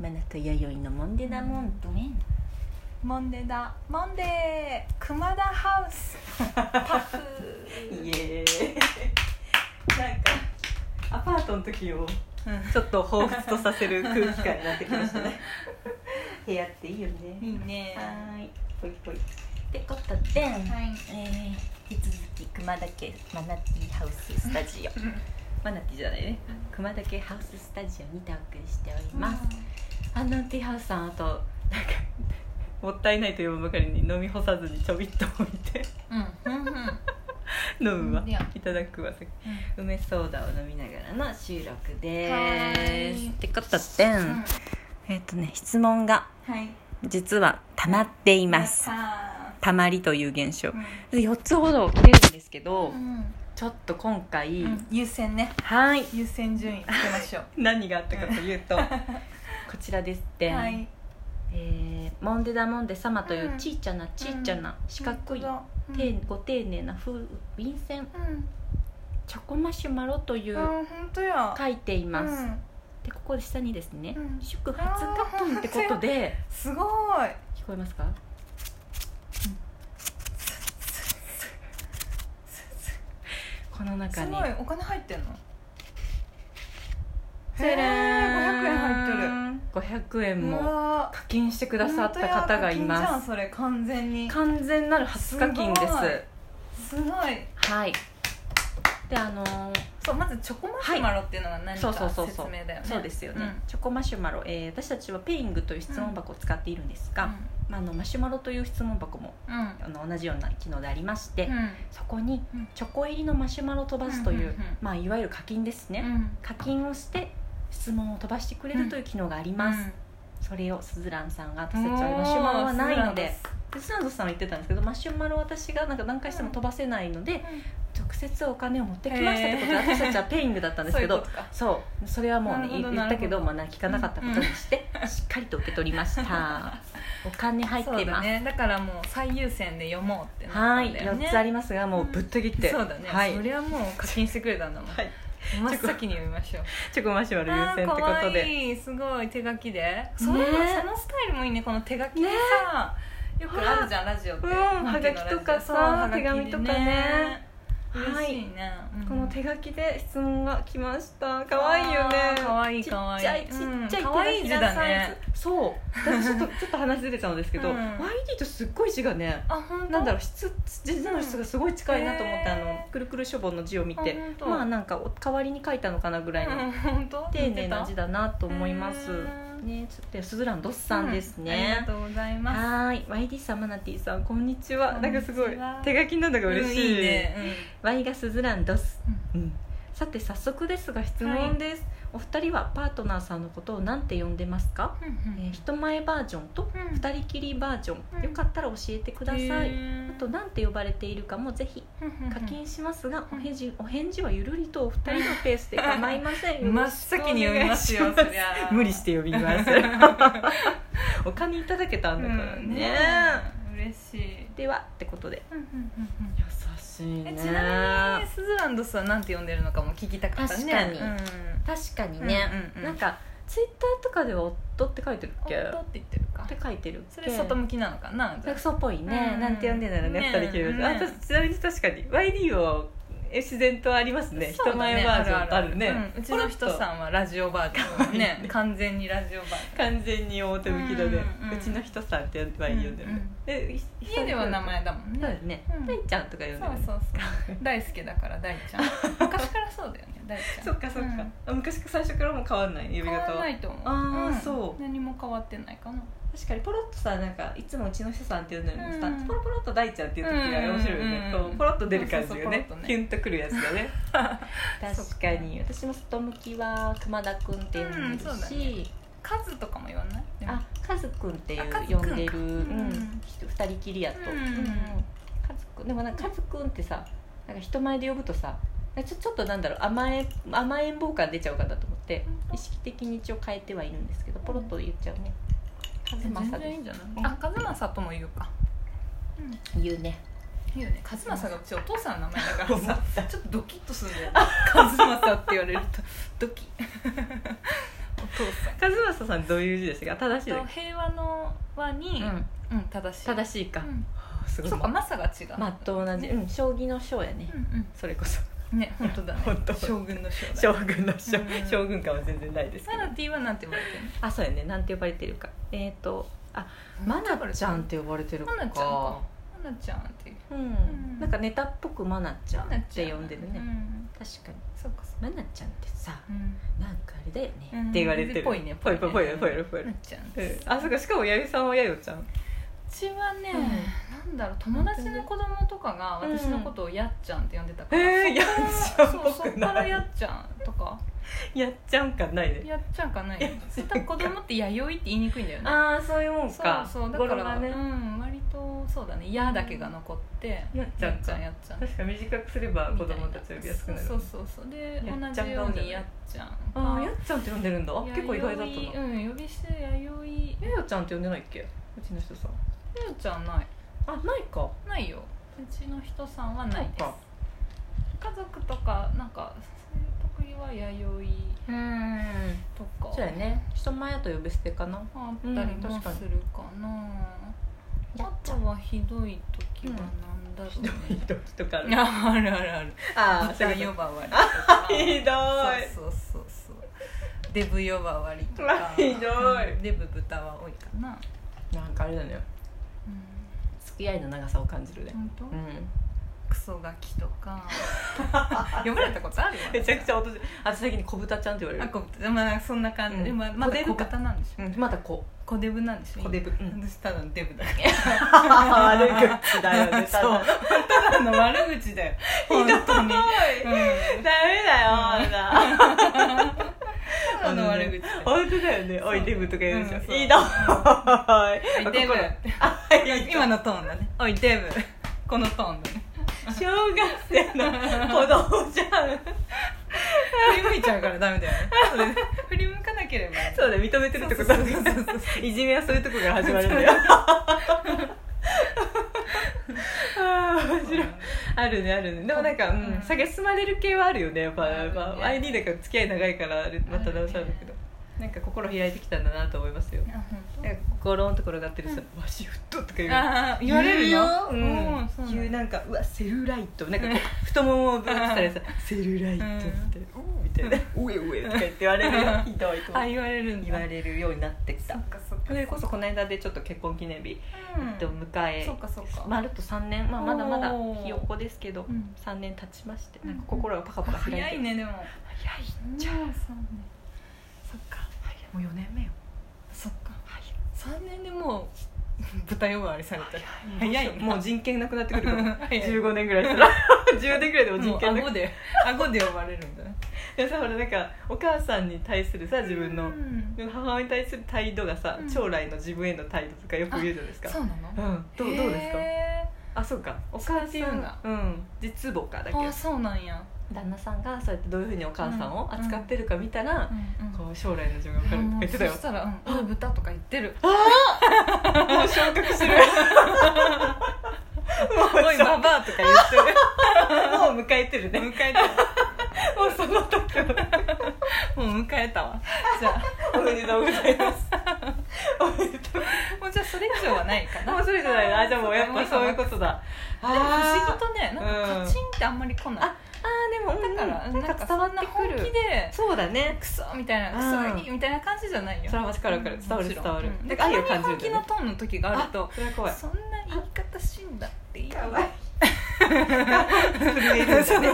真中弥生のモンデダモンドメンモンデだモンデー熊田ハウスパフイエーイなんかアパートの時をちょっと彷彿とさせる空気感になってきましたね 部屋っていいよねいいねはーいぽいぽいってことで、はいえー引き続き熊田家マナティハウススタジオ マナティじゃないね熊田家ハウススタジオにてお送りしております、あのティーハウスさんあとなんかもったいないと言わばかりに飲み干さずにちょびっと置いてうんうんうん飲むわいやいただくわ梅ソーダを飲みながらの収録はでーすいってことで、うんえっ、とね質問がはい実は溜まっていますさあ溜まりという現象う4つほど来てるんですけど、んちょっと今回、うん優先ねはい優先順位つけましょう何があったかというと こちらですって、はいえーモンデダモンデ様といううんちっちゃなちっちゃな四角い、本当だてご丁寧な風便箋うんうんチョコマシュマロというあ本当や書いています、うんでここで下にですね、うん祝20日間ってことですごい聞こえますかこの中すにごいお金入ってんのつるーんへー500円入って500円るうもわー課金してくださった方がい本当や課金じゃまんすそれ完全に完全なる初課金ですすごいすごいはいであのーそうまずチョコマシュマロっていうのが何そかうそうそう説そう明だよねそうですよね、チョコマシュマロ、えー私たちはペイングという質問箱を使っているんですが、まあ、あのマシュマロという質問箱もうんうんあの同じような機能でありまして、うそこにうんチョコ入りのマシュマロを飛ばすという、うんうんうんまあ、いわゆる課金ですね、んうん課金をして質問を飛ばしてくれるという機能があります、うんそれをスズランさんが私たちはマシュマロはないのででスズランドさんは言ってたんですけどマシュマロを私がなんか何回しても飛ばせないので、直接お金を持ってきましたってことでへー私たちはペイングだったんですけどそういうことかそうそれはもうねなるほど言ったけどなるほどまあなんか聞かなかったことにして、しっかりと受け取りました お金入っそうてだます、ねだからもう最優先で読もうってなはったんいだよね4つありますがもうぶった切って、そうだね、はいそれはもう課金してくれたんだもん、はい真っ先に読みましょうチョコマシュマロ優あ先ーってこかわとでいいすごい手書きでそれそのスタイルもいいねこの手書きでさ、よくあるじゃんラジオって、うん本家のラジオはがきとかさそうはがきで手紙とかね嬉しいね、うんこの手書きで質問が来ました可愛いよねあー可愛い可愛いちっちゃいちっちゃいうん可愛い字だ手書きねのサイズそう私ちょっとちょっと話ずれちゃうんですけど、うん YD とすっごい字がねあ本当なんだろう質字の質がすごい近いなと思って、うんあのくるくる書房の字を見あて本当まあなんかお代わりに書いたのかなぐらいのうん本当丁寧な字だなと思いますう。んね、つってスズランドスさんですね。うんありがとうございますはーい、YD さん、マナティさん、こんにちは。こんなにんちかはすごい手書きなのが嬉しい。うんいいね、 Y がスズランドス。うんうんさて早速ですが質問です、お二人はパートナーさんのことを何て呼んでますか、うんえー人前バージョンとうん二人きりバージョン、うんよかったら教えてください、へあーと何て呼ばれているかもぜひ課金しますが、お返事お返事はゆるりとお二人のペースで構いません 真っ先に読みますよよろしくお願いそりゃ無理して呼び ます お金いただけたんだからね,、うんね嬉しいではってことで優しいえちなみにスズランドスはなんて呼んでるのかも聞きたかったね確かにうん確かにね、うんうんうんなんかツイッターとかでは夫って書いてるっけ夫って言ってるかって書いてるっけそれ外向きなのかななんかそうっぽいね、うんなんて呼んでんだろうねね二人きりねだとあ私ちなみに確かに YD はえ自然とありますね人前バージョンとあるねうんうちの人んさんはラジオバージョンだもん可愛いねね完全にラジオバージ完全に表向きだね、うんううんちの人さんって呼んで YD 呼んでるね、でひョン家では名前だもんそうだねよねうん大、ちゃんとか呼んでそるうそうそう大好きだから大ちゃん昔から そうだよね大ちゃんそっかそっか、んあ昔から最初からもう変わんない呼び変わ方らなはいと思うあーんそう何も変わってないかな確かにポロッとさなんかいつもうちの人さんって呼んでるのにさ、うんポロポロっと大ちゃんっていう時が面白いよね、うんうんうんこうポロッと出る感じがねそうそうそうポロッとねキュンとくるやつ だね確かに私も外向きは熊田くんって呼んでうんそうるだし、ね数とかも言わないでもあカズくんっていあカズうくん呼んでる、うんうんひ二人きりやと、うんカズくんでもなんかカズくんってさなんか人前で呼ぶとさちょちょっとなんだろう甘え甘えん坊感出ちゃうかなと思って本当意識的に一応変えてはいるんですけどポロッと言っちゃうねカズマ全サ然いでいんじゃない、うんあカズマサとも言うかうんす言うねいいよねカズマサがうちお父さんの名前だ から思っさ ちょっとドキッとするんだよねカズマサって言われるとドキお和正さんどういう字でしたか正しいとだ平和の和けに、うんうん正しい正しいか、うんはあすごいそうかマサが違うまっとうな字うん将棋の将やね、うんそれこ そうんね本当だね本当将軍の将だ将軍の将、うん将軍感は全然ないですけマどナティはなんて言われてるあそうやねなんて呼ばれてるかえっ、ー、とあのマナちゃんって呼ばれてるかマナちゃんかマナちゃんっていううん、うんなんかネタっぽくマナちゃんマナっちゃて呼んでるね、うん確かにそうかそうマナちゃんってさかうんなんかあれだよね、うんって言われてるぽいねぽいぽいぽいねぽいぽいぽいマナちゃんうんあそうかしかも弥生さんはやよちゃんうちはね、なんだろう友達の子供とかがうん私のことをやっちゃんって呼んでたから、えー、やっちゃんっそうぽそっくかならいやっちゃんとかやっちゃん感ないねやっちゃんかないよやっちゃんかた子供って弥生って言いにくいんだよねああそういうもんそうかそうだ語か呂がら、ね、うん割とそうだね「や」だけが残ってやっちゃやんっちかゃんやっちゃん確か短くすれば子供たち呼びやすくなるそうそうそうそうでやっち同ゃんじがよ多ういんじゃないにやっちゃんあーやっちゃんって呼んでるんだあ弥生結構意外だったなうん呼び捨て弥生やよちゃんって呼んでないっけうちの人さんやよちゃんないあないかないようちの人さんはないですそうか家族とかなんかそういう時は弥生うんとかそうやね人前やと呼び捨てかなあったりもするかな、やっあちゃとんはひどい時はなんだろうね、どい人かあるあるある ああ歌それ呼ばわりとかひどそうそうそうそうデブ呼ばわりとうわかひどいうんデブ豚は多いかな、いなんかあれだねうん、付き合いの長さを感じるね本当、うんクソガキと か呼ばれたことあるよめちゃくちゃ私私最近小豚ちゃんって言わあれるこまあなんかそんな感じ、うんまあまだ小デ小ブか型なんでしょうんまだこ 小デブなんでしょ小デブう今ん 私ただのデブだけ悪口だよね そうただの悪口だよ本当に、うん、ダメだよあんなただの悪口だよ本当だよねおいデブとか言うでしょうんそう ひどおいいデブあ今のトーンだねおいデブこのトーンだね小学生の 子供じゃん振り向いちゃうからダメだよねそれ振り向かなければそうだ認めてるってことだねそうそうそういじめはそういうとこから始まるんだよ あー面白いあるねあるねでもなんか、うんうん下げ進まれる系はあるよねやっぱ、あるねまあ、ID だから付き合い長いからあれまたなおさらだけど、なんか心開いてきたんだなと思いますよあ本当なんか心のところがあってる人、わしふっと」とか言うあー言われるよううんんそうなんだ言うなんか「うわセルライト」なんか こう太ももをぶつったらさ「セルライト」って「おーみたいな「うえうえ」とか言って言われるようんひどいとあ思う言われるんだ言われるようになってきそたっかそっかそれこそこの間でちょっと結婚記念日、うんえっと迎えそっかそっかまるっと3年、まあ、まだまだおーひよっこですけど、うん3年経ちましてうんなんか心がパカパカ開いて早いねでも早いじゃあそうねそっかもう4年目よそっか早い三年でもう豚呼ばわりされた早いなもう人権なくなってくるから 早い15年ぐらいした ら10年ぐらいでもも人う権な顎くで顎で呼ばれるんだねでさほらなんかお母さんに対するさ自分の、うん母親に対する態度がさ、うん将来の自分への態度とかよく言うじゃないですかそうなのうんどうどうですかへあそうかお母そうやって言うんださんうん実母かだーけどあそうなんや旦那さんがそうやってどういうふうにお母さんを扱ってるか見たら、うんうんこう将来の自分が分かるとかもう言ってたよそしたら「うんおい豚」とか言って るもう昇格してる「 おいババア」とか言ってるもう迎えてるね迎えた もうその時をもう迎えたわじゃあおめでとうござい ますおめでとうもうじゃあそれ以上はないかなもうそれじゃないなあじゃあもうやっぱそういうこととだあでも不思議ーとねなんかカチンってあんまり来ないああーでもだから、うん、なんか伝わってそんなく本気るでそうだねクソみたいなクうんソいいみたいな感じじゃないよそれはわかるわかるうん伝わるもちろん伝わるうんなでんか愛を感じるん本だ気よのねトーンの時があるとそれは怖いそんな言い方しんだっていいかわいい震えるんそだうね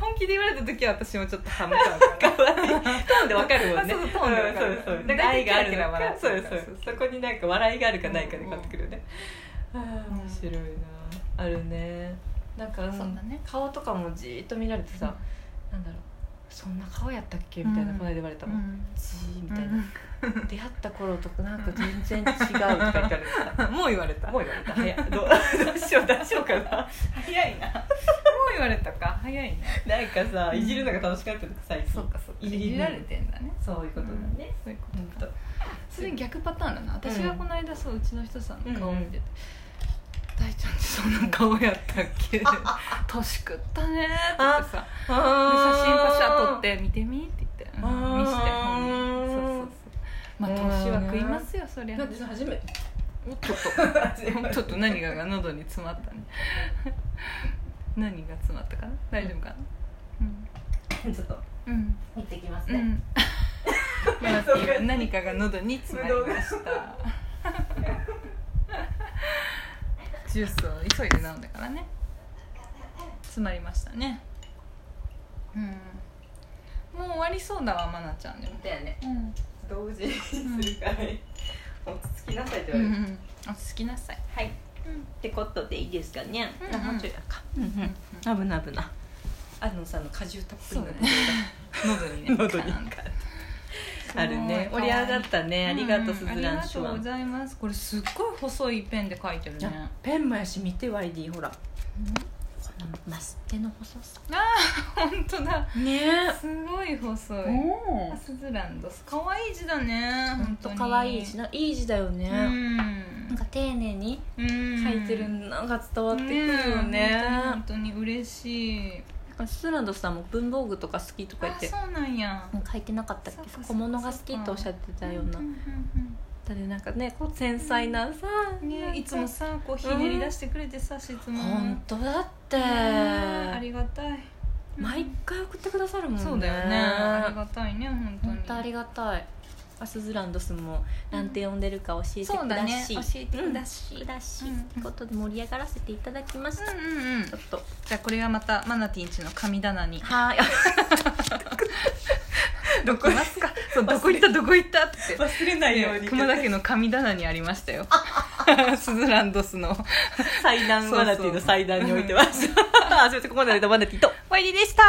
本気で言われた時は私もちょっとはめちゃうから可愛いトーンでわかるもんねあそうそうトーンでわかるうんそうそうなんか愛があるの大体キラキラ笑かってそうるそかうらそそうそうこになんか笑いがあるかないかで変わってくるよね、ああうん面白いなあるねなんか、うんそうだね顔とかもじーっと見られてさ、なんだろうそんな顔やったっけみたいなうんこの間言われたもん、うんじーみたいな、出会った頃となんか全然違うとか言われてさ もう言われたもう言われた早いどうどうしよう大丈夫かな早いなもう言われたか早いななんかさいじるのが楽しかったとか最近 そうかそうかいじいじられてんだねそういうことだね、そういうこほんと、とそれ逆パターンだな私がこの間そううちの人さんの顔見てて「大ちゃんってそんな 顔やったっけ?」「年食ったね」ってさで写真パシャ撮ってって見てみって言って、あー見してほんまにそうそうそうまあ年は食いますよそりゃだってさ初めておっとっと ちょっと何かが喉に詰まったね 何が詰まったかな大丈夫かなちょっとうんうん行ってきますうね、んマナティー何かが喉に詰まりました ジュースを急いで飲んだからね詰まりましたねうんもう終わりそうだわマナちゃんでもだよねうん同時にするから、落ち着きなさいってう言われる、ん落ち着きなさいはいっうんてことでいいですかね、うんうんあもうちょいだか、うんうん、危ない危ないあのさんの果汁たっぷりそうのだね 喉にね喉にガーンってあるねそう盛り上がったねありがとうスズんありラがンシとュうワごンざいますこれすっごい細いペンで書いてるねあペンもやし見て YD ほらこのマステの細さあー本当だねすごい細いおスズランドス可愛い字だね本本当当に可愛いしないい字だようね、んなんか丁寧にうん書いてるのが伝わってくるよね本当に本当に嬉しいなんかスランドさんも文房具とか好きとかあ言ってそうなんやうん書いてなかったっそうけかそうか小物が好きとおっしゃってたような、んんだってなんかねこう繊細なさ、うんねいつもさこうひねり出してくれてさ質問本当だって、うんありがたい毎回送ってくださるもんねそうだよねありがたいね本当に本当ありがたいアスズランドスもなんて呼んでるか教えてそくうだだねし、教えてくだしうんくだし、うんってことで盛り上がらせていただきました、ちうんうんょうんっとじゃあこれはまたマナティンちの神棚にはーい どこますか そうどこ行ったどこ行ったって言って忘れな熊田家の神棚にありました よスズランドスの 祭壇マナティーの祭壇に置いてましたあすいませんここまでの間マナティーと終わりでした